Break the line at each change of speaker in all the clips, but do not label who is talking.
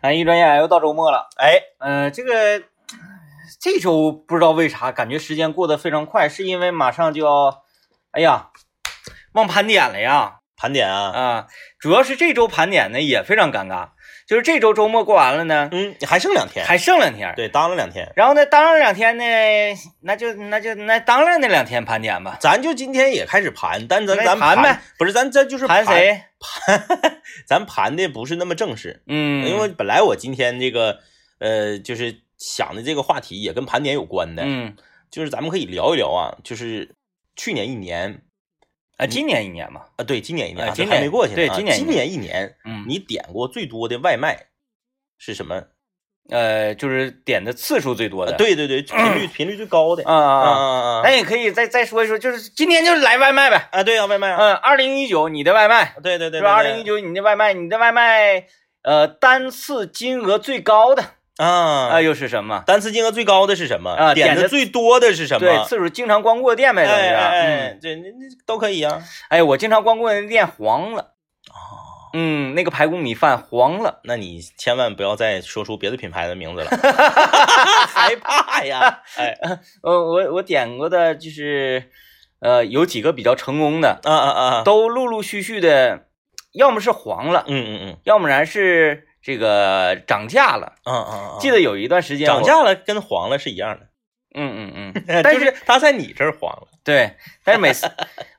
哎，一转眼又到周末了，
哎，
呃，这个这周不知道为啥感觉时间过得非常快，是因为马上就要，哎呀，忘盘点了呀，
盘点
啊、
啊，
主要是这周盘点呢也非常尴尬，就是这周周末过完了呢，
嗯，还剩两天，
还剩两天，
对，当了两天，
然后呢，当上两天呢，那就那就那当然那两天盘点吧，
咱就今天也开始盘，但咱
那
咱
盘呗，
不是咱这就是
盘谁？
盘咱盘的不是那么正式，
嗯，
因为本来我今天这个呃，就是想的这个话题也跟盘点有关的，
嗯
就是咱们可以聊一聊啊，就是去年一年
啊，今年一年嘛，
啊，对，今年一年啊，
啊今
这还没
年
过去呢
对
啊
今年一
今
年
年一年，
嗯，
你点过最多的外卖是什么？
呃，就是点的次数最多的，
啊对对对，频 率频率最高的
啊啊
啊
啊。
啊
那也可以再再说一说，就是今天就来外卖呗。
啊，对啊，外卖啊，
嗯，二零一九你的外卖，
对对啊对，
是吧？二零一
九
九你的外卖，你的外卖，呃，单次金额最高的
啊
啊、又是什么？
单次金额最高的是什么？
啊
点
点的
的最多的是什么？
对，次数经常光顾的店呗，
哎
等于是。
哎哎
嗯，
这那那都可以啊。
哎，我经常光顾的店黄了。
哦
嗯，那个排骨米饭黄了，
那你千万不要再说出别的品牌的名字 了，害怕呀！哎，
呃，我我点过的就是，呃，有几个比较成功的，
啊啊啊，
都陆陆续续的，要么是黄了，
嗯嗯嗯，
要不然是这个涨价了。
啊啊啊，
记得有一段时间我
涨，价了跟黄了是一样的，
嗯嗯 嗯，但
但
是
是它在你这儿黄了，
对，但是每次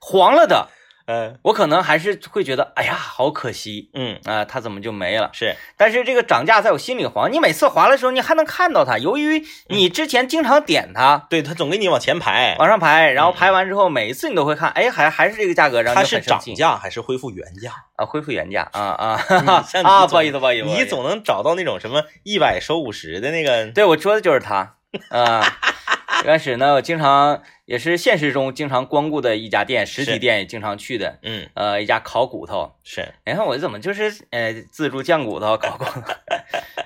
黄了的，
嗯
我可能还是会觉得，哎呀，好可惜
嗯，
啊、它怎么就没了？
是
但是这个涨价在我心里黄，你每次划的时候，你还能看到它，由于你之前经常点它。
对，它总给你往前排，
往上排，然后排完之后，每一次你都会看，哎，还还是这个价格，让你
它
很
是
生
涨
气
价嗯嗯还是恢复原价？
啊，恢复原价啊啊
你像你
啊！
总
不好意思，不好意思，不好意
你
思
总能找到那种什么一百收五十的那个，
对，我说的就是他 啊。原始呢，我经常也是现实中经常光顾的一家店，实体
是
店也经常去的，
嗯，
呃，一家烤骨头。
是，
你看我怎么就是呃自助酱骨头烤骨 头，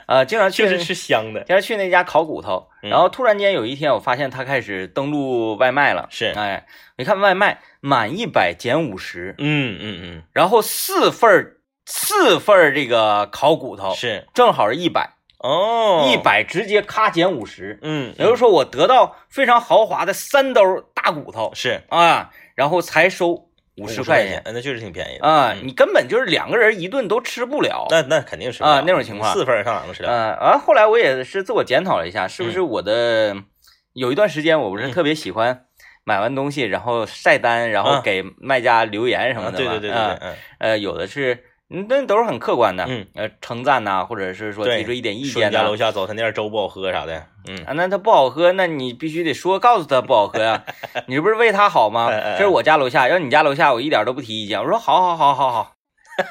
呃，经常去
确
那
实是香的，
经常去那家烤骨头，
嗯
然后突然间有一天我发现他开始登录外卖了，
是
哎，我一看外卖满一百减五十，
嗯嗯
然后四份儿四份儿这个烤骨头
嗯，是，
正好是一百，
哦，
一，百直接咔减五十，
嗯，
也就是说，我得到非常豪华的三兜大骨头
是
啊，然后才收五十块
钱
钱，
嗯那确实挺便宜的。
啊，
嗯
你根本就是两个人一顿都吃不了。
那那肯定是
啊那种情况
四份儿上哪能吃了？
呃，啊，后来我也是自我检讨了一下，是不是我的、有一段时间我不是
嗯
特别喜欢买完东西然后晒单，然后
啊
给卖家留言什么的
啊
嘛、
对对对对
啊
对，嗯，
呃，有的是。嗯那都是很客观的，
嗯，
呃，称赞呐、或者是说
对
提出一点意
说
见
你家
呐、
楼下早餐店粥不好喝啥的，嗯，
啊，那它不好喝，那你必须得说告诉他不好喝 呀、你这不是为他好吗？
哎哎哎
这是我家楼下，要你家楼下，我一点都不提意见。我说好好好好好，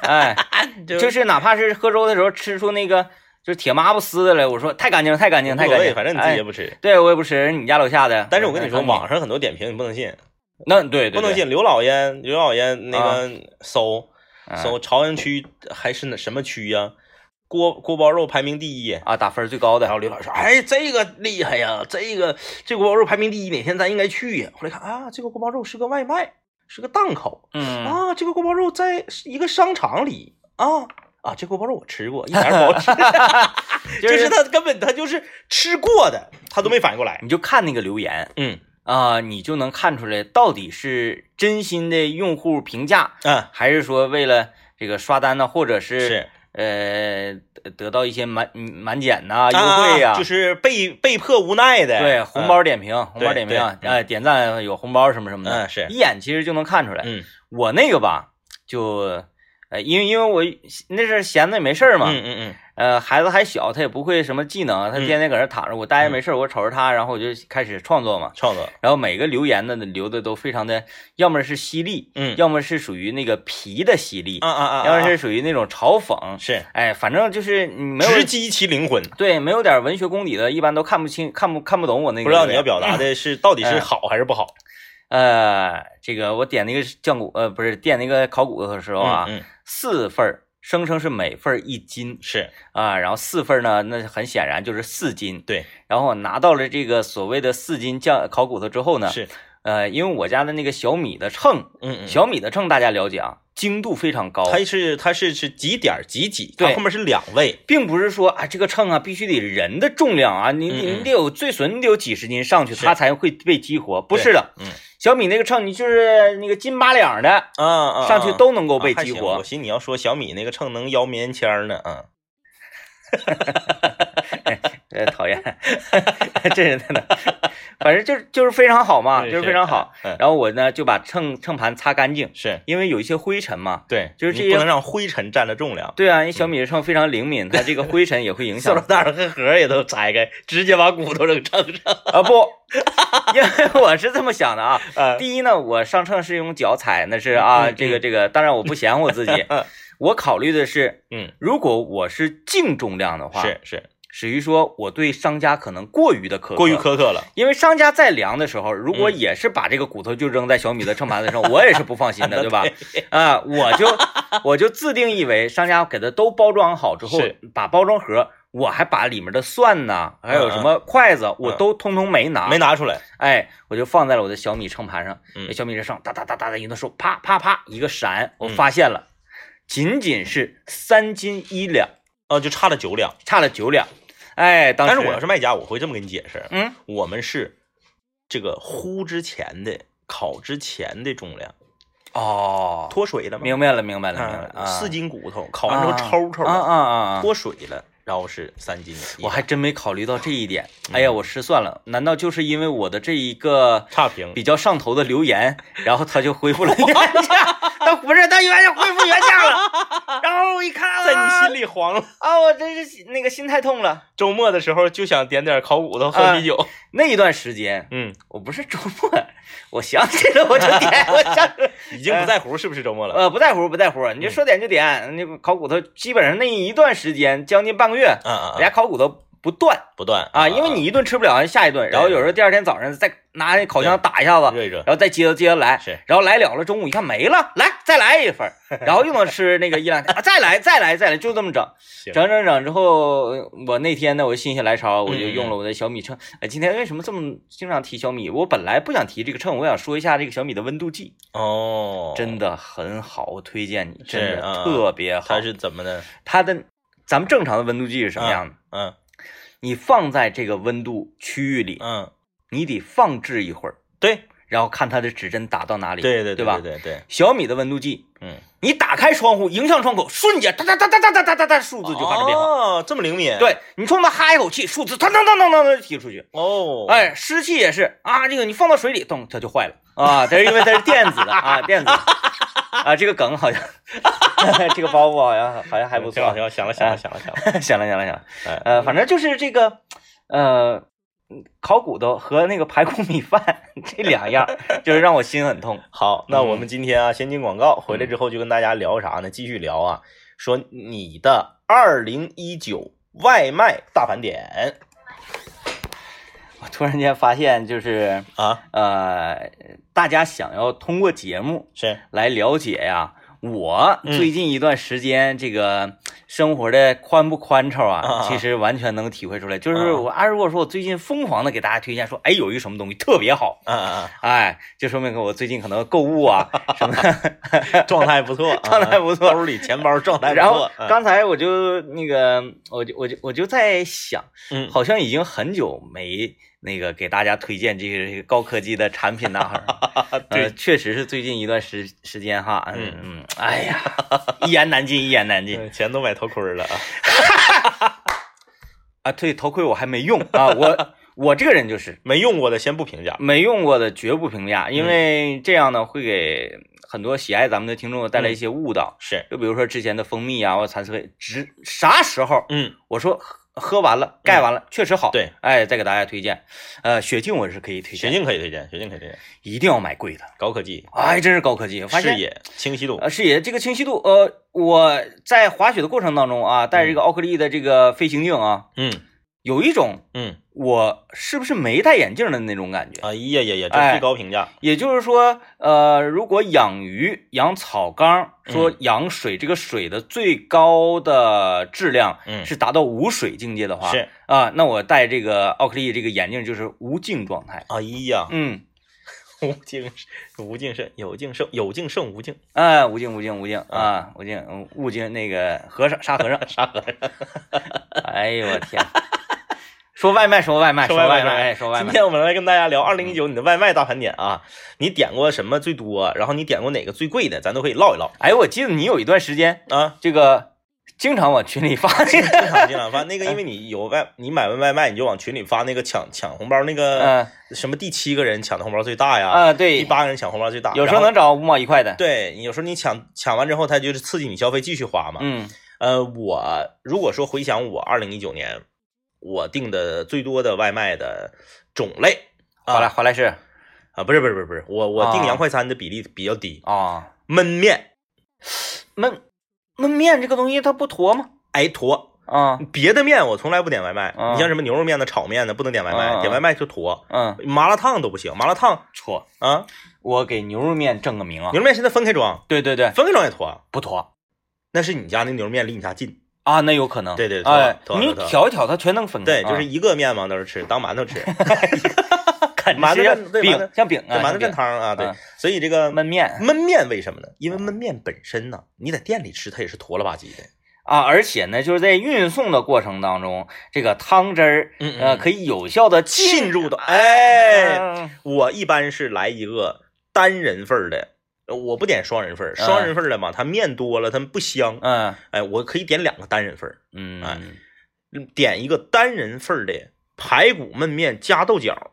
哎，就
就是
哪怕是喝粥的时候吃出那个就是铁抹布丝的来，我说太干净了，太干净
无
了，太
所
干净
谓，
了。
反正你自己也
哎
不吃。
对我也不吃你家楼下的。
但是我跟你说，
看看
网上很多点评你不能信，
那对对啊
不能信。刘老爷，刘老爷那个搜
搜
搜朝阳区还是哪什么区呀？锅锅包肉排名第一。
啊打分最高的
然后刘老师说：“哎，这个厉害呀，这个这锅包肉排名第一，哪天咱应该去呀？”后来看啊，这个锅包肉是个外卖，是个档口，
嗯
啊，这个锅包肉在一个商场里啊啊，这锅包肉我吃过，一点儿不好吃，
就
就是他根本他就是吃过的，他都没反应过来。
你就看那个留言
嗯
啊、你就能看出来到底是真心的用户评价，
啊，
还是说为了这个刷单呢，或者嗯是
是
呃得得到一些满嗯满减呐、
啊
优惠呀、
就是被被迫无奈的，
对，红包点评，红包
对
点评，
对
呃，点赞有红包什么什么的，
嗯是
一眼其实就能看出来。
嗯，
我那个吧，就呃，因为因为我那阵儿闲着也没事儿
嗯
嘛，
嗯嗯嗯，
呃，孩子还小，他也不会什么技能，他
嗯
天天搁那躺着，我待着没事儿，我瞅着他，然后我就开始创作嘛。
创作，
然后每个留言呢留的都非常的，要么是犀利，
嗯，
要么是属于那个皮的犀利，
啊啊啊，
要
啊
么是属于那种嘲讽，
是
哎，反正就是你没有
直击其灵魂，
对没有点文学功底的，一般都看不清、看不看不懂我那个。嗯
不知道你要表达的是到底是好还是不好
呃，这个我点那个酱骨，呃，不是点那个烤骨头的时候啊，
嗯嗯
四份儿，声称是每份儿一斤
是
啊，然后四份儿呢，那很显然就是四斤。
对
然后我拿到了这个所谓的四斤酱烤骨头之后呢，
是
呃，因为我家的那个小米的秤，
嗯嗯，
小米的秤大家了解啊，精度非常高，
它是它是是几点儿几几，它
对
后面是两位，
并不是说啊这个秤啊必须得人的重量啊，你
嗯嗯
你你得有最损你得有几十斤上去，
是
它才会被激活，不
对
是的，
嗯
小米那个秤你就是那个斤八两的
啊啊，
上去
啊
都能够
啊
被
还
激
行
活
我，寻思你要说小米那个秤能摇棉签儿呢，啊，
呃，讨厌， 这人真的，反正就是就是非常好嘛，
是
就是非常好。，
嗯，嗯
然后我呢就把秤秤盘擦干净，
是
因为有一些灰尘嘛。
对，
就是
你
这些
不能让灰尘占了重量，
对啊，因为小米的秤非常灵敏，它这个灰尘也会影
塑
响
料袋儿和盒儿也都拆开，直接把骨头扔秤上，
啊不，因为我是这么想的啊。
啊，
第一呢，我上秤是用脚踩，那是啊，
嗯
这个这个，当然我不嫌我自己
嗯，
我考虑的是，
嗯，
如果我是净重量的话，
是是
属于说我对商家可能过于的苛刻，
过于苛刻了，
因为商家在量的时候，如果
嗯
也是把这个骨头就扔在小米的秤 盘子上，我也是不放心的，对吧？啊、我就 我就自定义为商家给它都包装好之后
是，
把包装盒，我还把里面的蒜呐、还有什么筷子，我都通通没拿，
嗯没拿出来，
哎，我就放在了我的小米秤盘上。
嗯
那小米这秤哒哒哒哒的一顿说，啪啪啪一个闪，我
嗯
发现了，仅仅是三斤一两，
啊，就差了九两。
差了九两。哎，当
但
时
是我要是卖家，我会这么跟你解释，
嗯，
我们是这个烀之前的、烤之前的重量，
哦，
脱水了吗？
明白了，明白了，明白了，
啊，
啊
四斤骨头，烤完之后抽抽
啊
了，
啊啊啊！
脱水了，然后是三斤。
我还真没考虑到这一点。
嗯
哎呀，我失算了，难道就是因为我的这一个
差评，
比较上头的留言， 然后他就恢复了原 价？他不是，他原价恢复原价了。然后我一看，
在你心
里
里慌 了。
啊，我真是那个心太痛了。
周末的时候就想点点烤骨头，
啊
喝啤酒。
那一段时间，
嗯，
我不是周末， 我想起了我就点，我想 起了
已经不在乎是不是周末了？
呃不在乎不在乎，你就说点就点。那个烤骨头基本上那一段时间，将近半个月，
嗯
人
嗯嗯，
家烤骨头不断。
不断
呃啊，因为你一顿吃不了，下一顿，然后有时候第二天早上再拿那烤箱打一下子，
啊热一热
然后再接着接着来，
是
然后来了了，中午一看没了，来再来一 份儿，然后又能吃那个一两天，啊再来再来再来，就这么整，
行
整整整之后，呃我那天呢，我心血来潮，我就
嗯
用了我的小米秤。哎，今天为什么这么经常提小米？我本来不想提这个秤，我想说一下这个小米的温度计，
哦，
真的很好，我推荐你，
是
真的
啊
特别好。
它是怎么的？
它的，咱们正常的温度计是什么样的？
嗯
你放在这个温度区域里，
嗯，
你得放置一会儿，
对
然后看它的指针打到哪里。
对
对
对
吧？
对对，
小米的温度计，
嗯，
你打开窗户，迎向窗口，瞬间哒哒哒哒哒哒哒哒哒，数字就发生变化。
哦，这么灵敏。
对你冲它哈一口气，数字腾腾腾腾腾腾踢出去。
哦，，
哎，湿气也是啊，这个你放到水里，咚，它就坏了啊。它是因为它是电子的啊，电子的啊，这个梗好像， 这个包袱好像好像还不
挺
错
好，。挺好，想了想了
哎
想了想 了，
行了行了行了，
哎
呃，反正就是这个，呃，烤骨头和那个排骨米饭 这两样儿，就是让我心很痛。
好，那
嗯
我们今天啊，先进广告，回来之后就跟大家聊啥呢？继续聊啊，说你的二零一九外卖大盘点
我突然间发现，就是
啊，
呃，大家想要通过节目
是
来了解呀，我
嗯
最近一段时间这个生活的宽不宽敞
啊
啊
啊，
其实完全能体会出来。就是
啊
我啊，如果说我最近疯狂的给大家推荐说，哎，有一个什么东西特别好，
啊啊
哎，就说明我最近可能购物啊什么的。
啊， 状态不错，
状态不错
啊兜里钱包状态不
然后
错，嗯
刚才我就那个，我就我就我就在想，
嗯，
好像已经很久没那个给大家推荐这些高科技的产品呐， 哈
对
呃，确实是最近一段时时间哈，
嗯
嗯嗯，哎呀，一言难尽，一言难尽
嗯钱都买头盔了啊，
啊！对，头盔我还没用啊，我我这个人就是
没用过的先不评价，
没用过的绝不评价，
嗯
因为这样呢会给很多喜爱咱们的听众带
嗯
来一些误导，
是，
就比如说之前的蜂蜜啊，或者蚕丝被，只啥时候
嗯，
我说喝喝完了，盖完了，确实好，
对，
哎，再给大家推荐，呃，雪镜我是可以推
雪
荐，
镜可以推荐，雪镜可以推荐，
一定要买贵的。
高科技，
哎，真是高科技！我发现
视野清晰度，
呃，视野这个清晰度，呃，我在滑雪的过程当中啊，戴这个奥克利的这个飞行镜啊，
嗯
有一种
嗯，
我是不是没戴眼镜的那种感觉。
哎呀呀呀，这
哎
最高评价，
也就是说，呃，如果养鱼、养草缸，
嗯
说养水，这个水的最高的质量
嗯，
是达到无水境界的话，
是，
啊、那我戴这个奥克利这个眼镜就是无镜状态。
哎呀，
嗯，
无尽无尽胜有尽胜有尽胜无尽，
哎，吴敬，吴敬，吴敬啊，吴敬，嗯吴敬那个和尚，沙和尚，
沙和尚。
哎呦我天！说外卖，说外卖，
说
说
外卖
卖，哎，说外
今
卖。
天我们来跟大家聊二零一九你的外卖大盘点啊，你点过什么最多？然后你点过哪个最贵的？咱都可以唠一唠
哎，我记得你有一段时间，
啊。
这个经常往群里发这个，
经常经常发 那个，因为你有外，你买完外卖你就往群里发那个抢抢红包那个
嗯
什么第七个人抢的红包最大呀，
啊，
第
对，
八个人抢红包最大。
有时候
然后
能找五毛一块的，
对，有时候你抢抢完之后，他就是刺激你消费继续花嘛。
嗯
呃，我如果说回想我二零一九年我订的最多的外卖的种类
华莱
啊
华莱士
啊，不是不是不是不是，我我订
啊
洋快餐的比例比较低，
啊，
焖面。
焖焖面这个东西它不坨吗？
哎，坨
啊，
别的面我从来不点外卖，
啊
你像什么牛肉面呢、炒面呢，不能点外
啊
卖，
啊
点外卖就坨。
嗯，
麻辣烫都不行，麻辣烫
错，
啊，
我给牛肉面正个名啊
牛。肉面现在分开装，
对对对，
分开装也坨。
不坨
那是你家那牛肉面离你家近，
啊，那有可能。
对对
哎
坨，
你
坨
挑一挑，它全能分开。
对，就是
啊
一个面往那儿吃，当馒 头吃，
啃
馒头
着
蘸
像
对馒头
饼，像饼啊，
对馒
像
头
饼
蘸汤啊，对
啊。
所以这个
焖面
焖面为什么呢？因为焖面本身呢，你在店里吃它也是坨了吧唧的。
啊，而且呢，就是在运送的过程当中，这个汤汁儿，
嗯嗯
呃，
嗯
可以有效的浸
浸入
啊
到哎，
哎，
我一般是来一个单人份儿的，呃我不点双人份儿，
啊
双人份儿的嘛，它面多了它不香。
嗯
哎，我可以点两个单人份儿，
嗯
哎嗯点一个单人份儿的排骨焖面加豆角，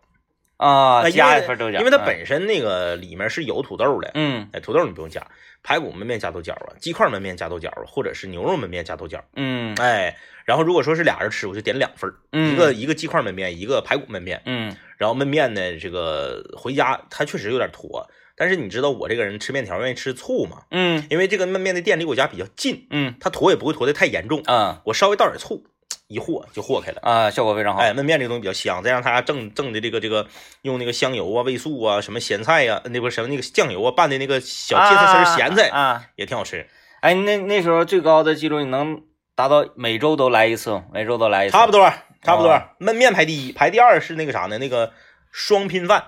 啊，
哎
加一份豆角，
因为它
嗯
本身那个里面是有土豆的，
嗯
哎，土豆你不用加，排骨焖面加豆角啊，鸡块焖面加豆角啊，或者是牛肉焖面加豆角，
嗯
哎，然后如果说是俩人吃，我就点两份儿，
嗯
一个一个鸡块焖面，一个排骨焖面，
嗯
然后焖面呢，这个回家它确实有点坨，但是你知道我这个人吃面条愿意吃醋嘛，
嗯
因为这个焖面的店离我家比较近，
嗯
它坨也不会坨的太严重，
啊
我稍微倒点醋，一和就和开了。
啊，效果非常好，
哎，焖面这个东西比较香，再让它正正的这个这个用那个香油啊、味素啊、什么咸菜呀、那不是什么那个酱油啊拌的那个小芥菜丝儿
啊
咸菜、
啊，
也挺好吃，
哎，那那时候最高的记录你能达到每周都来一次，每周都来一次，
差不多差不多。
啊
焖面排第一，排第二是那个啥呢？那个双拼饭，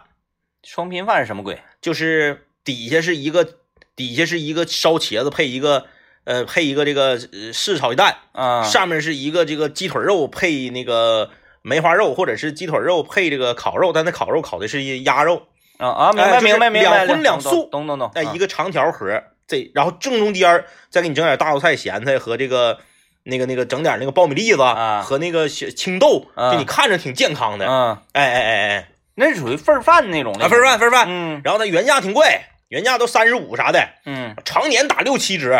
双拼饭是什么鬼？
就是底下是一个底下是一个烧茄子配一个呃配一个这个呃柿炒鸡蛋，
啊，
上面是一个这个鸡腿肉配那个梅花肉，或者是鸡腿肉配这个烤肉，但那烤肉烤的是鸭肉，
啊啊，明
哎
白
就是
明白明白，
两荤两
懂
素
懂懂懂，
哎，
啊
一个长条盒，这然后正中间儿再给你整点大油菜、咸菜和这个那个那个整点那个苞米粒子
啊
和那个小青豆，
啊
就你看着挺健康的，
嗯，
哎哎哎哎，
那是属于份儿饭那种类
啊份儿饭
型
份儿饭，
嗯
然后它原价挺贵，原价都三十五啥的，
嗯
常年打六七折，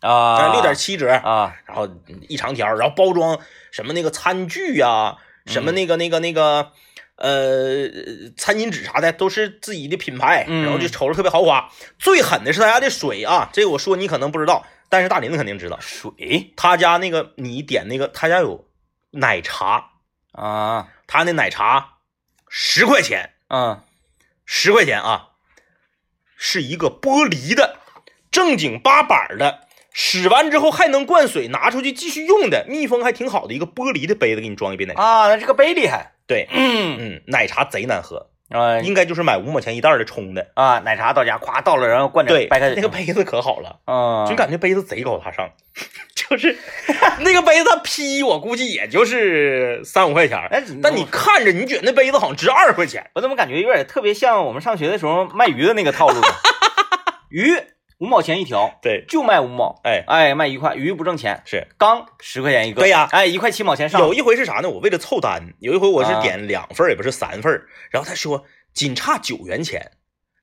啊，
六点七折，
啊，
然后一长条，然后包装什么那个餐具呀、什么那个那个那个呃餐巾纸啥的，都是自己的品牌，
嗯
然后就瞅着特别豪华。最狠的是他家的水啊，这个我说你可能不知道，但是大林子肯定知道，
水
他家那个你点那个他家有奶茶，
啊，
他那奶茶十块钱，
嗯
十块钱啊，是一个玻璃的，正经八板儿的，使完之后还能灌水，拿出去继续用的，密封还挺好的一个玻璃的杯子，给你装一杯奶茶。
啊，那这个杯厉害，
对，
嗯
嗯，奶茶贼难喝，
啊
应该就是买五毛钱一袋儿的冲的。
啊，奶茶到家咵倒了，然后灌
对，
点白开水，
那个杯子可好了，
啊，
就感觉杯子贼高大上， 就是那个杯子它批，我估计也就是三五块钱儿，
哎，
但你看着你觉得那杯子好像值二十块钱，
我怎么感觉有点特别像我们上学的时候卖鱼的那个套路呢？鱼五毛钱一条，
对，
就卖五毛，
哎，
哎，卖一块，鱼不挣钱，
是。
缸十块钱一个，
对呀
哎，一块七毛钱上，
有一回是啥呢？我为了凑单，有一回我是
啊
点两份儿，也不是三份儿，然后他说仅差九元钱，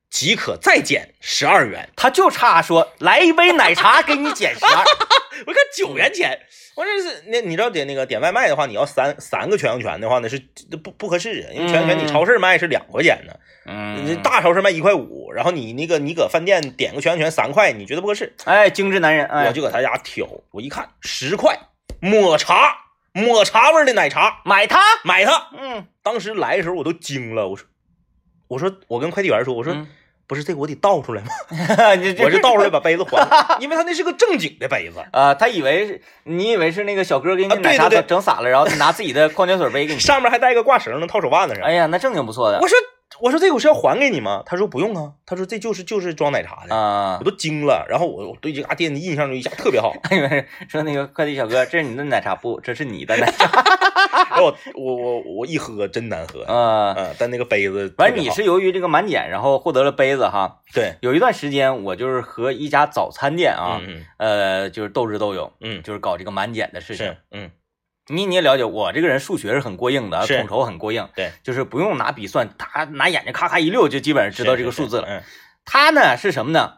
即可再减十二元。
他就差说来一杯奶茶给你减十二，
我看九元钱，我这是那你知道点那个点外卖的话，你要三三个全羊泉的话，那是这不不合适啊，因为全羊泉你
嗯
超市卖是两块钱呢，
嗯
你大超市卖一块五，然后你那个你搁饭店点个全羊泉三块，你觉得不合适，
哎，精致男人，
我
哎，
就搁他家挑，我一看十块抹茶抹茶味儿的奶茶，
买它，
买它。
嗯
当时来的时候我都惊了，我说，我说我跟快递员说，我说、
嗯
不是这个我得倒出来吗？
你这
我 是倒出来把杯子还，因为他那是个正经的杯子，
啊，他以为是你以为是那个小哥给你
啊对
奶茶
对对
整整洒了，然后他拿自己的矿泉水杯给你。哎
上面还带个挂绳能套手腕子上。
哎呀，那正经不错的。
我说我说这个我是要还给你吗？他说不用啊，他说这就是就是装奶茶的，
啊
我，都惊了。然后我我对这家店的印象就一下特别好。
你们说那个快递小哥，这是你的奶茶不？这是你的奶 茶
然后我我我我一喝真难喝，嗯、
啊。
但那个杯子特别好，
完，你是由于这个满减，然后获得了杯子哈。
对，
有一段时间，我就是和一家早餐店啊，
嗯
呃，就是斗智斗勇，
嗯
就是搞这个满减的事
嗯
情
是。嗯
你你也了解我这个人数学是很过硬的，
是
统筹很过硬，
对，
就是不用拿笔算，他拿眼睛咔咔一溜就基本上知道这个数字了。
了，
他呢是什么呢？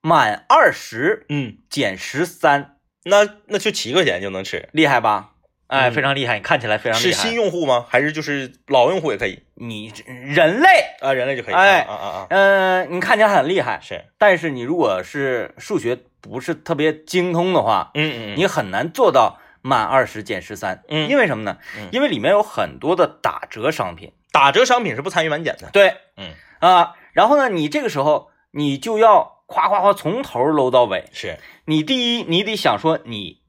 满二十
嗯嗯，
减十三，
那那就七块钱就能吃，
厉害吧？哎，
嗯
非常厉害，你看起来非常
是
厉害。
新用户吗？还是就是老用户也可以
你这人类，
啊？人类就可以，
哎
啊啊啊，
嗯、你看起来很厉害，
是，
但是你如果是数学不是特别精通的话，
嗯嗯，
你很难做到满二十减十三。
嗯
因为什么呢？
嗯
因为里面有很多的打折商品。
打折商品是不参与满减的，
对，
嗯
啊，然后呢，你这个时候你就要夸夸夸从头搂到尾。
是，
你第一，你得想说你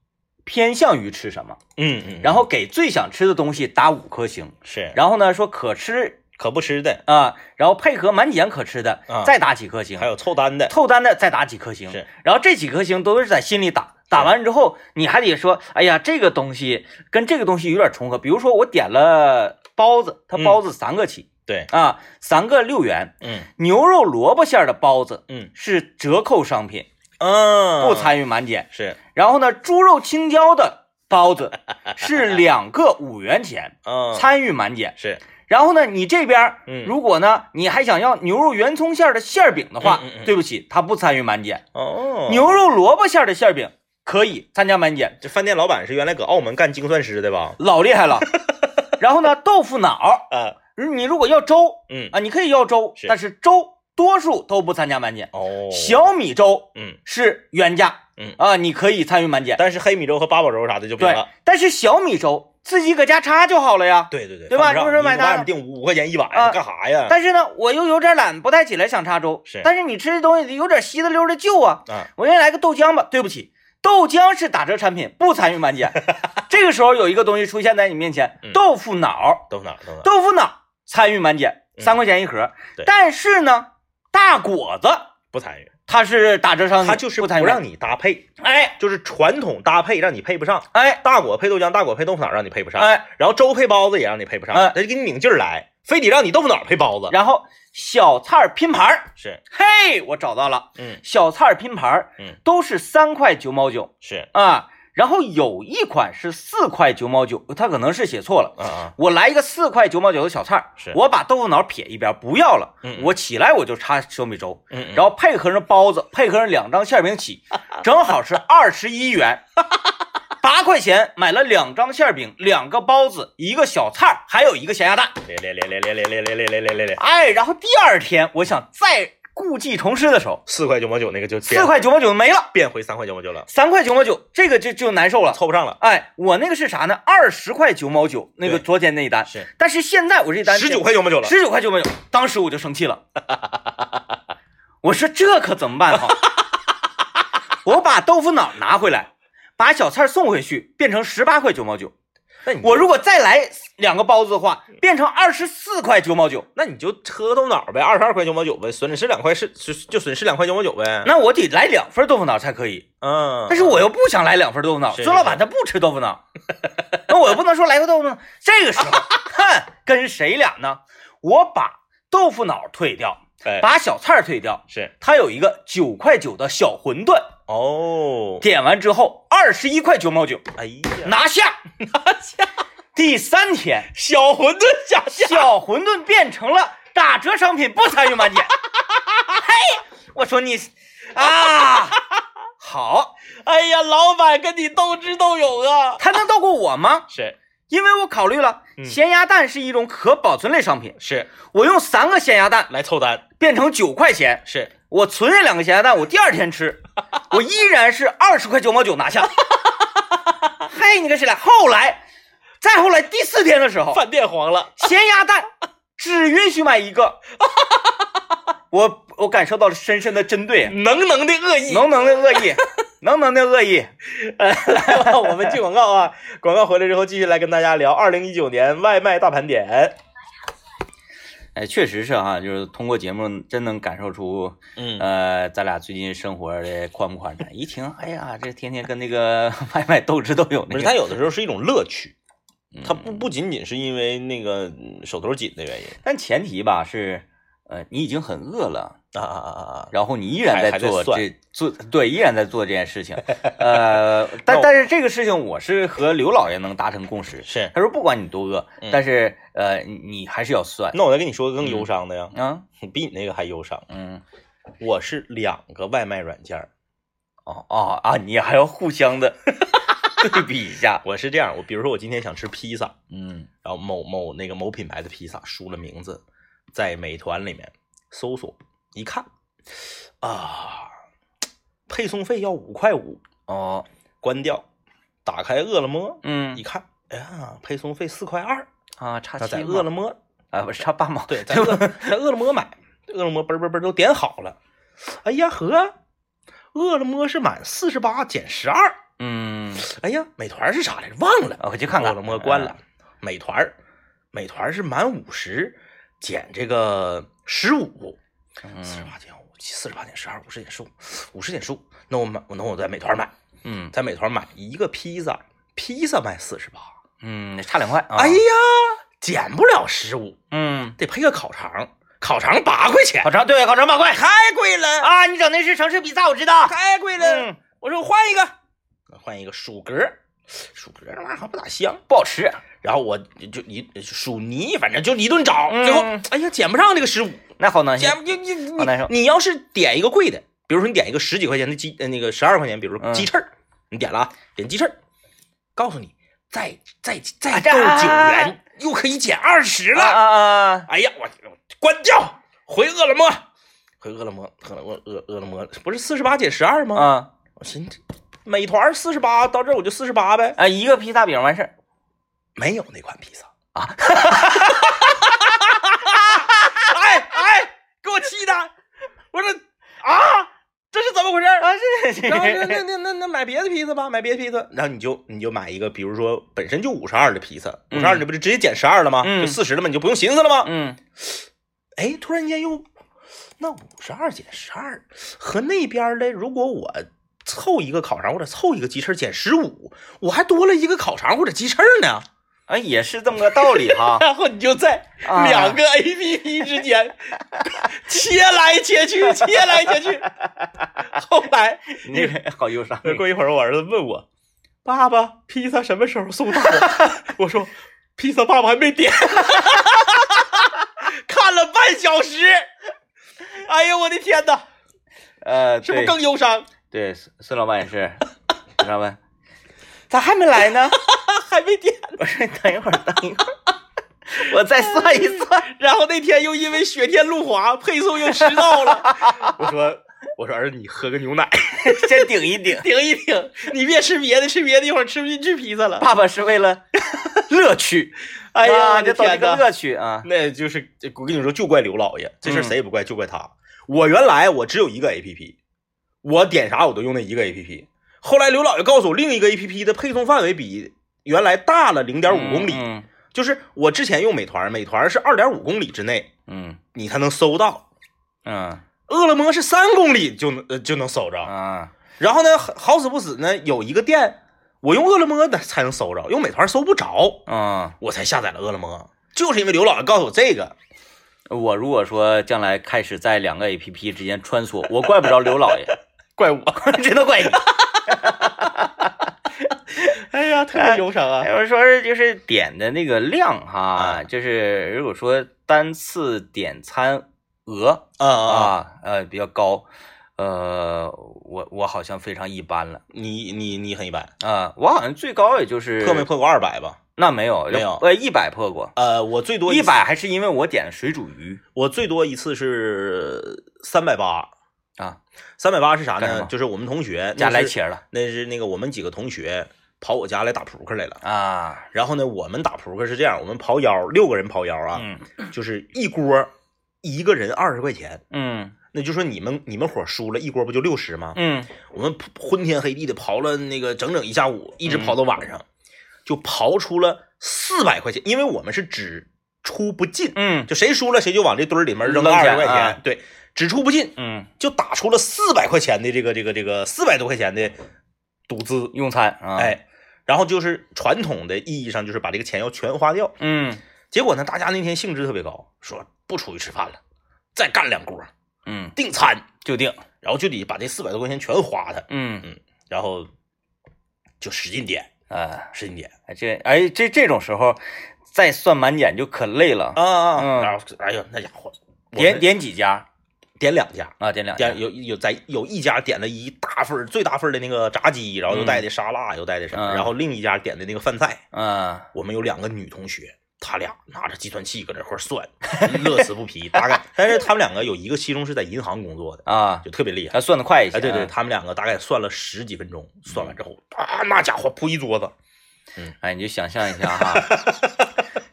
偏向于吃什么，
嗯嗯，
然后给最想吃的东西打五颗星，
是，
然后呢说可吃
可不吃的，
啊、然后配合满减可吃的、
啊
再打几颗星
还，有凑单的，
凑单的再打几颗星
是，
然后这几颗星都是在心里打。打完之后，你还得说，哎呀，这个东西跟这个东西有点重合。比如说，我点了包子，它
嗯
包子三个起、
对，
啊，三个六元，
嗯
牛肉萝卜馅儿的包子
嗯
是折扣商品，
嗯，
不参与满减。
是，
然后呢，猪肉青椒的包 子是两个五元钱，
嗯
参与满减。
是
然后呢，你这边儿
嗯
如果呢你还想要牛肉圆葱馅儿的馅儿饼的话
嗯嗯，嗯
对不起，它不参与满减。
哦，
牛肉萝卜馅儿的馅儿饼可以参加满减，
这饭店老板是原来搁澳门干精算师的吧？
老厉 害了。然后呢，豆腐脑
啊，
儿，你如果要粥
嗯，
啊，你可以要粥，
是
但是粥多数都不参加满减。
哦，，
小米粥
嗯，
是原价，
嗯
啊，你可以参与满减。
但是黑米粥和八宝粥啥的就不行
对
了。，
但是小米粥自己搁家插就好了呀。
对对对，
对吧
犯不
你
上
说
你
买
外
单
面订五块钱一碗，
啊
你干啥呀？
但是呢，我又有点懒，不太起来想插粥。
嗯是
但是你吃的东西得有点稀的溜的旧啊。
啊，
我先来个豆浆吧。对不起，豆浆是打折产品，不参与满 减。这个时候有一个东西出现在你面前，
嗯
豆腐脑，
豆腐脑，豆腐脑，
豆腐脑参与满减，
嗯
三块钱一盒。
对
但是呢，大果子
不参与，
它是打折商品，
他就是
不
不
参与。
让你搭配，
哎
就是传统搭配让你配不上，
哎
大果配豆浆，大果配豆腐脑让你配不上，
哎，
然后粥配包子也让你配不上，
哎
他就给你拧劲儿来，非得让你豆腐脑配包子。
然后小菜儿拼盘儿，
是，
嘿，我找到了。
嗯，
小菜儿拼盘儿，
嗯，
都是三块九毛九
是，
啊。然后有一款是四块九毛九，他可能是写错了。
啊啊，
我来一个四块九毛九的小菜儿
是，
我把豆腐脑撇一边不要了，
嗯嗯
我起来我就插小米粥，
嗯，然
然后配合上包子，配合上两张馅饼起，正好是二十一元，八块钱买了两张馅饼、两个包子、一个小菜儿，还有一个咸鸭蛋。
后咧咧咧咧咧咧咧咧咧咧咧咧咧，
哎，然后第二天我想再故技重施的时候，
四块九毛九那个就变
四块九毛九没了。
变回三块九毛九了，
三块九毛九，这个就就难受了。
凑不上了。
哎，我那个是啥呢？二十块九毛九，那个
对
昨天那一单
是，
但是现在我这单
十九块九毛九了，
十九块九毛九，当时我就生气了，我说这可怎么办好？我把豆腐脑拿回来，把小菜送回去，变成十八块九毛九。
那你
我如果再来两个包子的话，变成二十四块九毛九。
那你就喝豆脑呗，二十二块九毛九呗，损失两块是就就损失两块九毛九呗。
那我得来两份豆腐脑才可以。
嗯，
但是我又不想来两份豆腐脑，
是是
孙老板他不吃豆腐脑， 那我又不能说来个豆腐脑。这 个时候，哼，跟谁俩呢？我把豆腐脑退掉，
哎
把小菜儿退掉，
是
他有一个九块九的小馄饨，
哦，
点完之后二十一块九毛九
哎 呀，
拿下拿下。 第三天，
小馄饨下线，
小馄饨变成了打折商品，不参与满减。嘿，我说你啊，好，
哎呀，老板跟你斗智斗勇啊，
他能斗过我吗？
是
因为我考虑了，
嗯
咸鸭蛋是一种可保存类商品，
是
我用三个咸鸭蛋
来凑单，
变成九块钱，
是
我存下两个咸鸭蛋，我第二天吃，我依然是二十块九毛九拿下。嘿，你看谁来？后来，再后来第四天的时 候，
饭店黄了，
咸鸭蛋只允许买一个，我我感受到了深深的针对，啊
能能的恶意。
浓浓的恶意，浓浓的恶意。
来， 我们进广告啊，广告回来之后继续来跟大家聊二零一九年外卖大盘点。
哎，确实是哈、就是通过节目真能感受出，
嗯，
呃，咱俩最近生活的宽不宽敞。一听，哎呀，这天天跟那个 买买斗智斗勇
不
那
是，
个，
它有的时候是一种乐趣，它不
嗯
不仅仅是因为那个嗯手头紧的原因
但前提吧是，呃，你已经很饿了。
啊啊啊啊啊！
然后你依然
还
在
还在
做
算
这做对，依然在做这件事 情。呃，但
我
但是这个事情我是和刘老爷能达成共识。
是，
他说不管你多饿，
嗯
但是呃，你你还是要算
那我再跟你说个更忧伤的呀，
啊，
比你那个还忧伤。
嗯，
我是两个外卖软件儿，
哦哦啊，你还要互相的 对比一下，
我是这样，我比如说我今天想吃披萨，
嗯
然后某某那个某品牌的披萨输了名字，在美团里面搜索一看，啊，配送费要五块五，
哦
关掉，打开饿了么
嗯
一看，哎呀，配送费四块二，
啊，差
那
七
在
饿了
饿 了么
啊，不是差八毛，
对，在饿在饿了么买，饿了么嘣嘣嘣都点好了，哎呀呵，饿了么是满四十八减十二，
嗯，
哎呀，美团是啥来着？忘了。
啊我去看看，
饿了么关
嗯
了，，啊美团儿，美团儿是满五十减这个十五，四十
嗯
八减五，四十八减十二，五十减十五，五十减十五。那我买，那我在美团买，
嗯
在美团买一个披萨，披萨卖四十八，
嗯，差两块，啊
哎呀，减不了十五，
嗯，
得配个烤肠，烤肠八块钱
烤，肠对，烤肠八块
太贵了，
啊，你整那是城市比萨，我知道，
太贵了。
嗯
我说我换一个，换一个薯格儿，薯格儿那玩意儿还不咋香。
不好吃，
然后我就一数泥，反正就一顿找，
嗯
最后哎呀减不上这个十五，
那好难受
减你你
好难受
你你要是点一个贵的，比如说你点一个十几块钱的鸡，呃那个十二块钱，比如说
嗯
鸡翅儿，你点了啊，点鸡翅儿，告诉你再再再
这
够九
啊
元，又可以减二十
啊
了。
啊啊！
哎呀，我我关掉，回饿了么，回饿了么，饿了么饿饿了么，不是四十八减十二吗？
啊
我寻思美团四十八，到这儿我就四十八呗，
啊，一个披萨饼完事儿。
没有那款披萨。
啊，
哎哎，给我气的！我说啊，这是怎么回事儿？
啊是
然后 那那那那那买别的披萨吧，买别的披萨。然后你就你就买一个，比如说本身就五十二的披萨，五
嗯
十二你不就直接减十二了吗？
嗯
就四十了吗？你就不用寻思了吗？
嗯
哎，突然间又那五十二减十二和那边的，如果我凑一个烤肠或者凑一个鸡翅减十五，我还多了一个烤肠或者鸡翅呢。。
啊，也是这么个道理哈
然后你就在
啊
两个 A P P 之 间切来切去，切来切去。后来
你这个好忧伤。
过一会儿，我儿子问我：“爸爸，披萨什么时候送到我？” 我说：“披萨爸爸还没点。” 看了半小时，哎呦我的天哪，
呃，
是不
对
是更忧伤？
对？孙孙老板也 是，孙老板咋还没来呢？
还没点。
我说等一会儿，等一会儿，我再算一 算。
然后那天又因为雪天路滑，配送又迟到 了。我说：“我说儿子，你喝个牛奶。”
先顶一顶。
停一停，你别吃别的，吃别的一会儿吃不进去披萨 了。
爸爸是为了乐趣，
哎呀，
啊
我
就
的
懂这
天
个
哪！
乐趣啊。
那就是我跟你说，就怪刘老爷，这事儿
嗯
谁也不怪，就怪他。我原来我只有一个 A P P，我点啥我都用那一个 A P P。后来刘老爷告诉我，另一个 A P P 的配送范围比原来大了零点五公里，
嗯
就是我之前用美团，美团是二点五公里之内
嗯
你才能搜到，
嗯
饿了么是三公里就能呃就能搜着。
嗯啊
然后呢，好好死不死呢，有一个店，我用饿了么的才能搜着，用美团搜不着，
啊！
我才下载了饿了么，就是因为刘老爷告诉我这个。
我如果说将来开始在两个 A P P 之间穿梭，我怪不着刘老爷，
怪我，
这都怪 你。
哎呀，特别忧伤啊！
还有说是就是点的那个量哈，
啊
就是如果说单次点餐额
啊啊！
啊呃比较高，呃我我好像非常一般了
你你你很一般，
啊、我好像最高也就是
破没破过二百吧？
那没有
没有
呃一百破过
呃，我最多
一
次，
百还是因为我点的水煮鱼
我最多一次是三百八，
啊
三百八是啥
干什么
呢？就是我们同学
加来
钱，
钱了
那是那个我们几个同学跑我家来打扑克来了。
啊
然后呢，我们打扑克是这样，我们刨腰，六个人刨腰啊，
嗯
就是一锅一个人二十块钱，
嗯
那就说你们你们伙儿输了一锅不就六十吗？
嗯
我们跑昏天黑地的刨了那个整整一下
嗯
午，一直刨到晚上，就刨出了四百块钱，因为我们是只出不进，
嗯
就谁输了谁就往这堆儿里面扔
扔
二
钱
十块钱，
啊
对，只出不进，
嗯，
就打出了四百块钱的这个这个这个四百多块钱的赌资，
用餐啊，，
哎，然后就是传统的意义上就是把这个钱要全花掉。
嗯
结果呢，大家那天兴致特别高，说不出去吃饭了，再干两锅
嗯，
订餐，
就定，
然后就得把这四百多块钱全花它，
嗯，
然后就使劲点，
哎，
使劲点
这哎这这种时候再算满减就可累了，
啊啊
嗯
然后哎呦那家伙我
点
们
点几家
点两家。
啊，点两家
点，有有在有一家点了一大份儿最大份儿的那个炸鸡，然后又带的沙拉，又带的什么，
嗯
然后另一家点的那个饭菜，
嗯
我们有两个女同学，她俩拿着计算器搁那块 儿算，乐此不疲。大概，但是她们两个有一个其中是在银行工作的，
啊，
就特别厉害。
他算的快一些，
哎，对对，，她们两个大概算了十几分钟，算完之后啊，那家伙铺一桌子，
哎，你就想象一下 哈，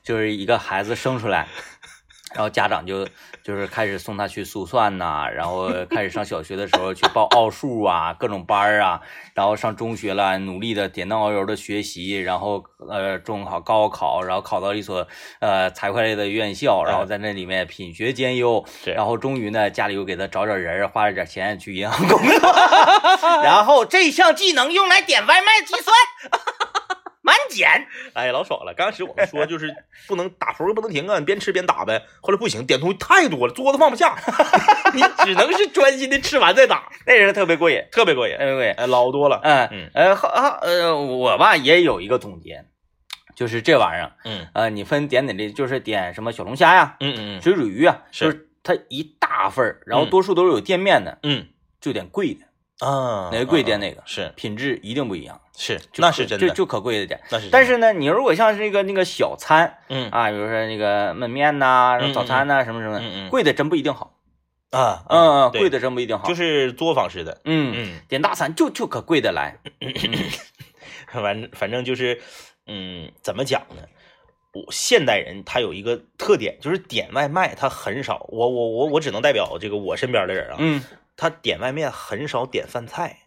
就是一个孩子生出来，然后家长就就是开始送他去速算呐、然后开始上小学的时候去报奥数啊，各种班儿啊，然后上中学了，努力的点灯熬油的学习，然后呃中考、高考，然后考到一所呃财会类的院校，然后在那里面品学兼优，
对
然后终于呢家里又给他找点人儿，花了点钱去银行工作， 然后这项技能用来点外卖结算， 满减。
哎，老爽了。刚开始我们说就是不能打头儿不能停啊，你边吃边打呗。后来不行，点东西太多了，桌子放不 下，你只能是专心的吃完再打，
那人特别呃过瘾，
特别过瘾。
特别过瘾。
哎，老多了。
嗯
嗯
呃后后呃，我吧也有一个总结，就是这玩意儿，
嗯
呃，你分点点的，就是点什么小龙虾呀、
嗯嗯
水煮鱼啊，
是
就是它一大份儿，然后
嗯
多数都是有店面的，
嗯
就点贵的，
嗯啊，
哪个贵
啊
点哪个
是
品质一定不一样，
是，
就
那是真的，
就就可贵了点。
那是真的。
但是呢，你如果像是那个那个小餐
嗯
啊，比如说那个焖面呐、
嗯嗯
早餐呐、什么什么的，
嗯嗯
贵的真不一定好，
啊，
嗯，嗯
对
贵的真不一定好，
就是是作坊式的，
嗯，
嗯，
点大餐就就可贵的来，
反正反正就是，嗯，怎么讲呢？我现代人他有一个特点，就是点外卖他很少，我我我我只能代表这个我身边的人啊，
嗯
他点外卖很少点饭菜，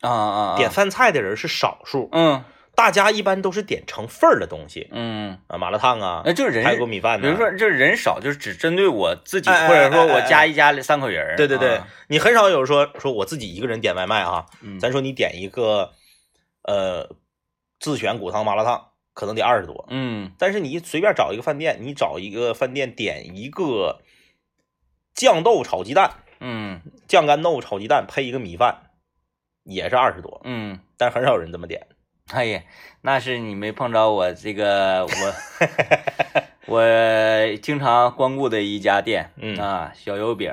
啊啊，啊
点饭菜的人是少数，
嗯
大家一般都是点成份儿的东西
嗯，
啊，麻辣烫啊
那，就是人
泰国米饭
比
呐、
如说，就是人少，就是只针对我自己，
哎哎
或者说
哎哎
我
哎
家一家里三口人儿。
对对对
啊，
你很少有说说我自己一个人点外卖啊，
嗯
咱说你点一个，呃，自选骨汤麻辣烫，可能得二十多，
嗯
但是你随便找一个饭店，你找一个饭店点一个酱豆炒鸡蛋，
嗯
酱干豆炒鸡蛋配一个米饭，也是二十多，
嗯，
但很少有人这么点。
哎呀，那是你没碰着我这个 我我经常光顾的一家店，
嗯
啊，小油饼，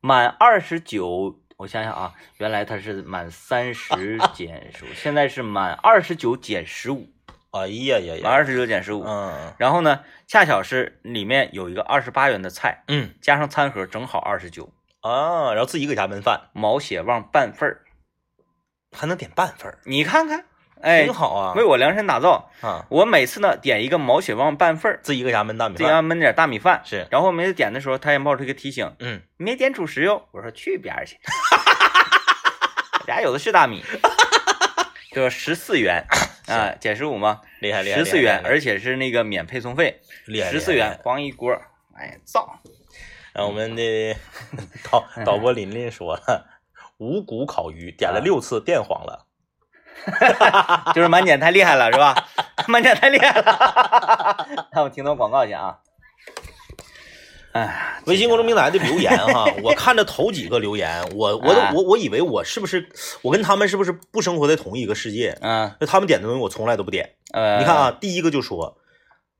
满二十九。我想想啊，原来它是满三十减十五，现在是满二十九减十五，
哎呀呀
满
呀！
二十九减十五。
嗯
然后呢，恰巧是里面有一个二十八元的菜，
嗯
加上餐盒正好二十九，
啊，然后自己搁家焖饭，
毛血旺半份儿，
还能点半份儿，
你看看，哎
挺，好啊
为。我量身打造。
啊，
我每次呢点一个毛血旺半份儿，
自己搁家焖大米
这样
饭
焖点大米饭，
是。
然后每次点的时候，他也冒出一个提醒，
嗯，
没点主食哟。我说去边儿去， 我家有的是大 米，就是十四元啊，减十五嘛，
厉害厉害，
十四
厉害
元，而且是那个免配送费，
厉害
十四。
厉害
元
厉害
光一锅儿，哎， 造，
然后我们的导导播琳琳说了，五谷烤鱼点了六次，电黄了。
就是满减太厉害了，是吧？ 满减太厉害了， 让我听到广告去啊！哎，
微信公众平台的留言哈，我看着头几个留言，我我都
啊
我我以为我是不是我跟他们是不是不生活在同一个世界？
嗯
就他们点的东西我从来都不点。
呃，
你看啊，第一个就说，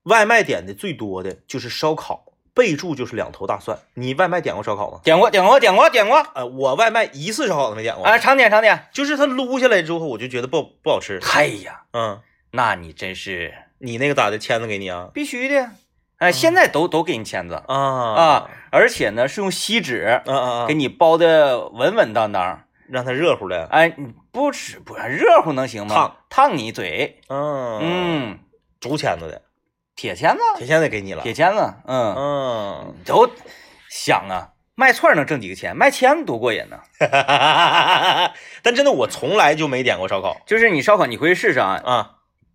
外卖点的最多的就是烧烤，备注就是两头大蒜。你外卖点过烧烤吗？
点过，点过，点过，点过，
呃，我外卖一次烧烤都没点过，
啊，常点，常点。
就是它撸下来之后我就觉得不好不好吃。
哎呀，
嗯，
那你真是
你那个咋的？签子给你啊？
必须的呀！哎，现在都都给你签子
啊
啊，而且呢是用锡纸
啊啊啊！
给你包的稳稳当当。
让它热乎了。
哎，你不吃不热乎能行吗？
烫
烫你嘴，
嗯，
嗯，
竹签子的，
铁签子，
铁签子给你了
铁。签子，嗯。
嗯。
都想啊，卖串儿能挣几个钱？卖签子多过瘾呢！
但真的，我从来就没点过烧烤
就是你烧烤，你回去试试啊，
啊。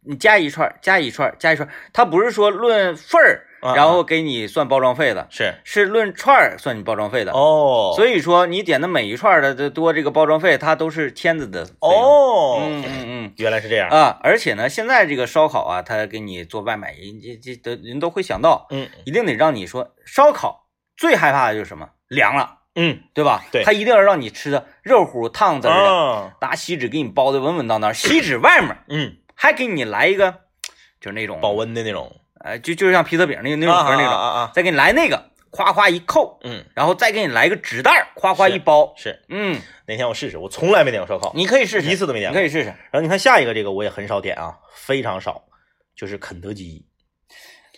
你加一串儿，加一串儿，加一串儿，它不是说论份儿，
啊
然后给你算包装费的，
是
是论串儿算你包装费的。
哦，以
所以说你点的每一串儿的这多这个包装费，它都是签子的费用。
哦，
嗯嗯
原来是这样
嗯，啊！而且呢，现在这个烧烤啊，他给你做外卖，人这这都人都会想到，
嗯
一定得让你说烧烤最害怕的就是什么凉了，
嗯，
对吧？
对
他一定要让你吃的热乎烫滋儿的，
啊，
拿锡纸给你包的稳稳当当，锡纸外面
嗯，
还给你来一个，就是那种
保，温的那种，
呃，就就像披萨饼那个那种盒儿那种，
啊啊啊，
再给你来那个，夸夸一扣，
嗯，
然后再给你来个纸袋儿，夸夸
是
一包，
是，
嗯，
哪天我试试，我从来没点过烧烤，
你可以试试，
一次都没点
你
过。
可以试试。
然后你看下一个这个我也很少点啊，非常少，就是肯德基。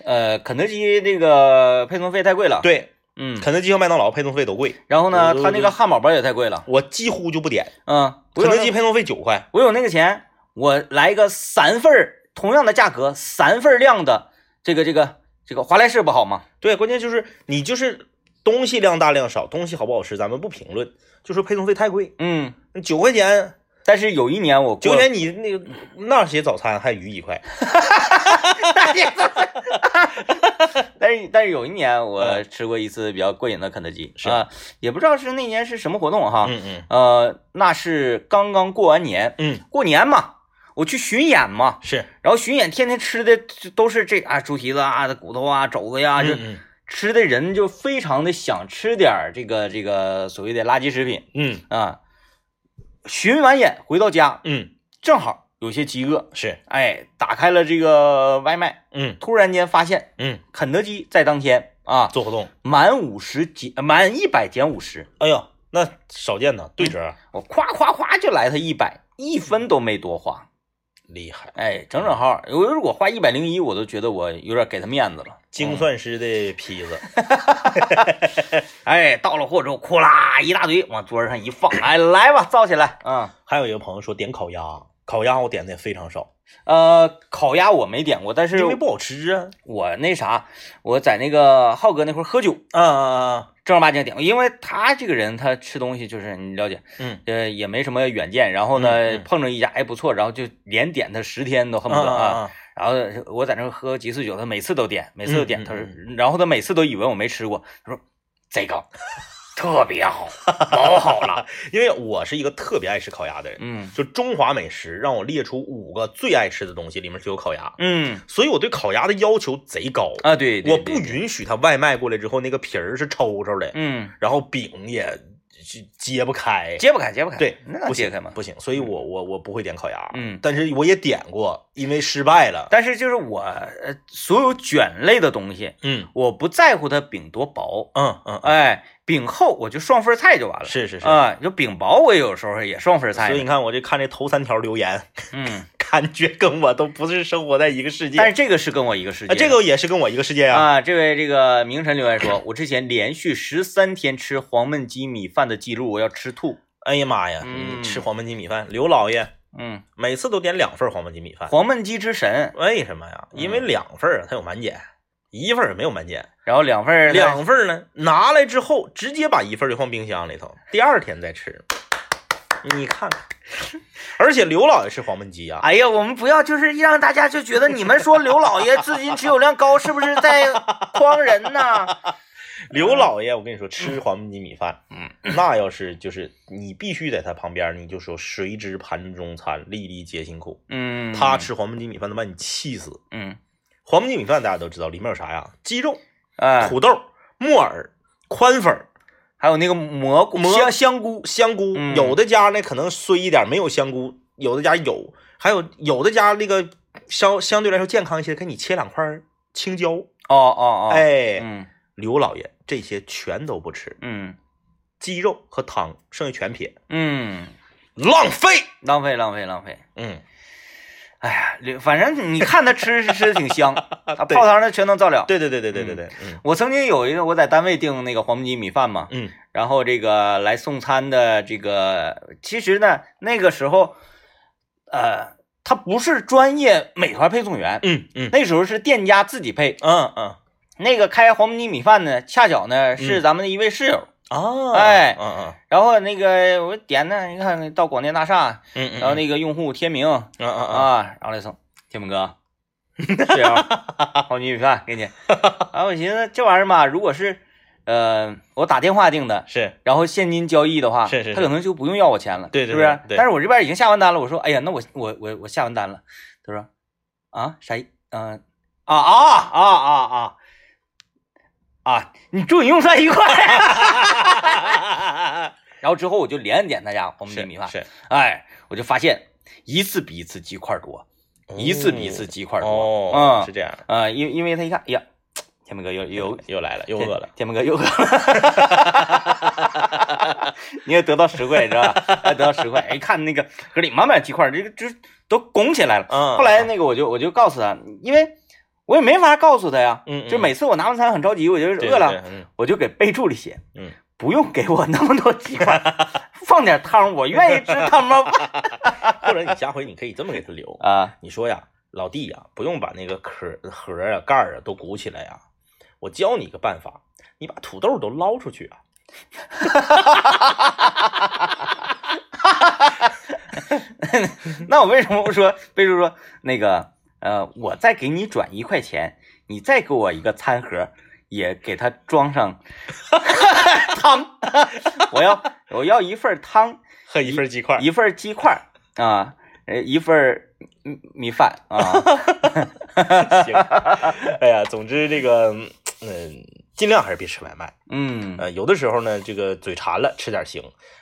呃，肯德基这个配送费太贵了，，
对，
嗯，
肯德基和麦当劳配送费都贵，
然后呢，
我
他那个汉堡包也太贵了，
我几乎就不点。
嗯，我
肯
有
德
那
基，配送费九块，
我有那个钱，我来一个三份儿，同样的价格，三份儿量的这个这个这个华莱士不好吗？
对，关键就是你就是东西量大量少，东西好不好吃咱们不评论，就说配送费太贵，
嗯，
九块钱，
但是有一年我过
九块钱你那个那些早餐还余一块，
但是但是有一年我
嗯
吃过一次比较过瘾的肯德基，
是
啊、也不知道是那年是什么活动哈，
嗯嗯
呃，那是刚刚过完年，
嗯，
过年嘛，我去巡演嘛，
是，
然后巡演天天吃的就都是这啊猪蹄子啊、骨头啊、肘子呀、就
嗯
吃的人就非常的想吃点儿这个这个所谓的垃圾食品
嗯
啊。巡完演回到家，
嗯
正好有些饥饿，
是，
哎，打开了这个外卖，
嗯
突然间发现
嗯
肯德基在当天啊
做活动，
满五十减满一百减五十，
哎呦那少见呐，对折
我夸夸夸就来他一百，一分都没多花，
厉害，
哎，整整好。我如果花一百零一，我都觉得我有点给他面子了。
精算师的坯子，
哎，到了货之后，库啦一大堆往桌上一放，哎，来吧，造起来。嗯，
还有一个朋友说点烤鸭，烤鸭我点的也非常少，
呃，烤鸭我没点过，但是
因为不好吃啊。
我那啥，我在那个浩哥那块儿喝酒，
啊啊啊！
正儿八经点过，因为他这个人他吃东西就是你了解，
嗯，
呃，也没什么远见，然后呢、
嗯嗯
碰着一家哎不错，然后就连点他十天都恨不
啊
得
啊
啊。
啊！
然后我在那儿喝几次酒，他每次都点，每次都点，
嗯
他说
嗯，
然后他每次都以为我没吃过，他说这个特别好，老
啊
好了，
因为我是一个特别爱吃烤鸭的人，
嗯
就中华美食让我列出五个最爱吃的东西，里面就有烤鸭，
嗯
所以我对烤鸭的要求贼高。
啊，对，对
我
对
不允许它外卖过来之后那个皮儿是抽抽的，
嗯，
然后饼也是揭不开，
揭不开，揭不开，
对，
那能
不
揭
行
开吗？
不行，所以我我我不会点烤鸭，
嗯
但是我也点过，因为失败了，
但是就是我呃所有卷类的东西，
嗯
我不在乎它饼多薄，
嗯嗯，嗯
哎，饼厚我就双份菜就完了，
是是是，
啊，就饼薄我有时候也双份菜
所以
呢，
你看我这看这头三条留言，
嗯，
感觉跟我都不是生活在一个世界，
但是这个是跟我一个世界
啊，
的，
这个也是跟我一个世界啊，
啊，这位这个明晨留言说，我之前连续十三天吃黄焖鸡米饭的记录，我要吃吐。
哎呀妈呀，
嗯
你吃黄焖鸡米饭，刘老爷
嗯，
每次都点两份黄焖鸡米饭，
黄嗯焖鸡之神，
为什么呀？因为两份儿啊它有满减，一份儿没有满减，
然后两份儿
两份儿呢拿来之后直接把一份儿就放冰箱里头，第二天再吃。你看看，而且刘老爷吃黄焖鸡啊，
哎呀，我们不要就是让大家就觉得你们说刘老爷至今持有量高，是不是在诓人 呢？
刘老爷我跟你说吃黄焖鸡米饭，
嗯，
那要是就是你必须在他旁边，你就说谁知盘中餐，粒粒皆辛苦。
嗯，
他，吃黄焖鸡米饭能把你气死。
嗯，
黄焖鸡米饭大家都知道里面有啥呀？鸡肉、
啊，
土豆、木耳、宽粉儿、
还有那个蘑菇、
蘑
香香菇，
香菇，
嗯
有的家呢可能衰一点，没有香菇；有的家有，还有有的家那个相相对来说健康一些，给你切两块儿青椒。
哦哦哦，，
哎，
嗯
刘老爷这些全都不吃，
嗯
鸡肉和汤剩下全撇，
嗯，
浪费。
浪费浪费浪费。
嗯，
哎呀，刘反正你看他吃是吃的挺 香，他
对
泡汤的全能造了。
对对对对对对对，嗯
我曾经有一个我在单位订那个黄焖鸡米饭嘛，
嗯
然后这个来送餐的这个，其实呢那个时候，呃，他不是专业美团配送员，
嗯嗯
那时候是店家自己配。
嗯嗯
那个开黄焖鸡米饭呢，恰巧呢是咱们的一位室友，
啊，
哎
嗯嗯
然后那个我点呢，你看到广电大厦，
嗯嗯，
然后那个用户天明、啊
嗯嗯嗯
啊，然后来送天明哥， 室友，红米米饭 给你。然后我寻思这玩意儿吧，如果是呃我打电话订的，
是
然后现金交易的话，
是是是
他可能就不用要我钱了，
对对
是不是
对？对
但是我这边已经下完单了，我说，哎呀，那我我我我下完单了，他说，啊啥意？嗯、啊啊啊啊啊啊！你祝你用算愉快。 然后之后我就连摁点他家红米
是
米饭，
是
哎，我就发现一次比一次鸡块多，一次比一次鸡块多，
哦，
嗯
是这样，
啊，因因为他一看，哎呀，天明哥又又
又来了，又饿了，
天明哥 又饿了， 你也得到实惠是吧？哎，得到实惠，哎，看那个搁里满满鸡块，这个就是都拱起来了。
嗯，
后来那个我就我就告诉他，因为我也没法告诉他呀，
嗯，嗯，
就每次我拿完餐很着急，我就
对
饿了，，
对嗯
我就给备注里写，
嗯，
不用给我那么多鸡块，放点汤，我愿意吃他 妈
啊
饭
或者你下回你可以这么给他留，
啊。
你说呀，老弟呀，不用把那个壳儿盒儿啊、盖儿啊都鼓起来呀，我教你一个办法，你把土豆都捞出去啊。
那我为什么不说备注说那个呃，我再给你转一块钱，你再给我一个餐盒，也给它装 上汤，我要我要一份汤，
和一份鸡块，
一份鸡块儿啊，呃一份米米饭 啊，
行。 哎呀，总之这个，嗯，尽量还是别吃外卖。
嗯，
呃，有的时候呢，这个嘴馋了吃点行。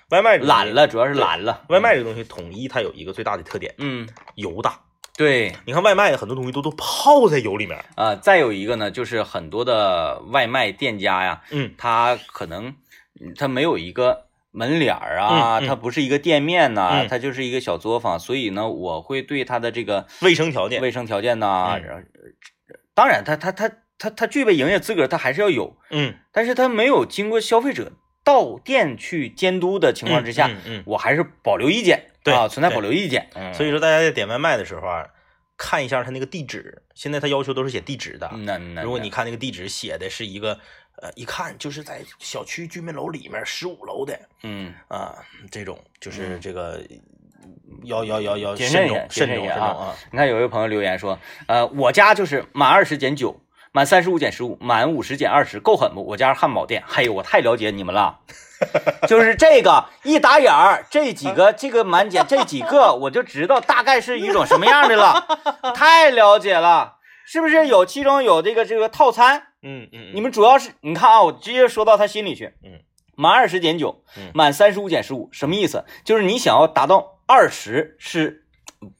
外卖
懒
了，
了，主要是懒了，
外卖这个东西统一它有一个最大的特点，
嗯，
油大。
对
你看外卖的很多东西都都泡在油里面。
啊、再有一个呢，就是很多的外卖店家呀，
嗯，
它可能嗯它没有一个门脸儿啊，
嗯嗯
它不是一个店面呐、
嗯
它就是一个小作坊，所以呢，我会对它的这个
卫生条件，
卫生条件呐、
嗯
然后当然它它它它它具备营业资格，它还是要有，
嗯，
但是它没有经过消费者到店去监督的情况之下，
嗯嗯
我还是保留意见，
对
啊，存在
对
保留意见，
嗯
嗯
所以说大家在点外卖的时候啊，看一下他那个地址，现在他要求都是写地址的。
那那
如果你
那
看嗯那个地址写的是一个，呃，一看就是在小区居民楼里面十五楼的
嗯
啊，这种就是
嗯
这个要要要要
谨
慎
慎一点
重
谨
慎
慎
重
一
慎
点
重
啊
啊！
你看有一位朋友留言说，呃，我家就是满二十减九，满三十五减十五，满五十减二十，够狠不？我家是汉堡店。哎嘿呦，我太了解你们 了，就是这个一打眼儿，这几个这个满减这几个，我就知道大概是一种什么样的了，太了解了。是不是有其中有这个这个套餐？
嗯嗯，
你们主要是你看啊，我直接说到他心里去。
嗯，
满二十减九
嗯，
满三十五减十五，什么意思？就是你想要达到二十是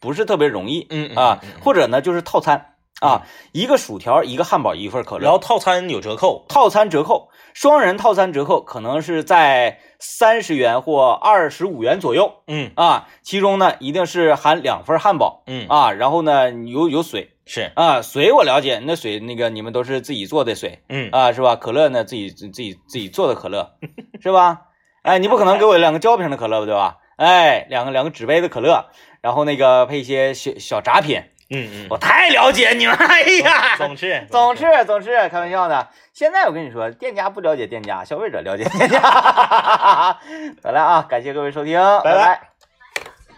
不是特别容易？
嗯嗯
啊
嗯嗯，嗯
或者呢就是套餐啊，一个薯条，一个汉堡，一份可
然
乐。
后套餐有折扣，
套餐折扣，双人套餐折扣可能是在三十元或二十五元左右
嗯
啊，其中呢一定是含两份汉堡
嗯
啊，然后呢有有水
是
啊，水我了解，那水那个你们都是自己做的水
嗯
啊，是吧？可乐呢自己自己自己做的可乐是吧？哎，你不可能给我两个胶瓶的可乐吧，对吧？哎，两个两个纸杯的可乐，然后那个配一些小小杂品，
嗯 嗯，
我太了解你们了，哎呀，
总 吃
总是总是开玩笑的。现在我跟你说，店家 不了解店家，消费者了解店家。好了啊，感谢各位收听，
拜拜
拜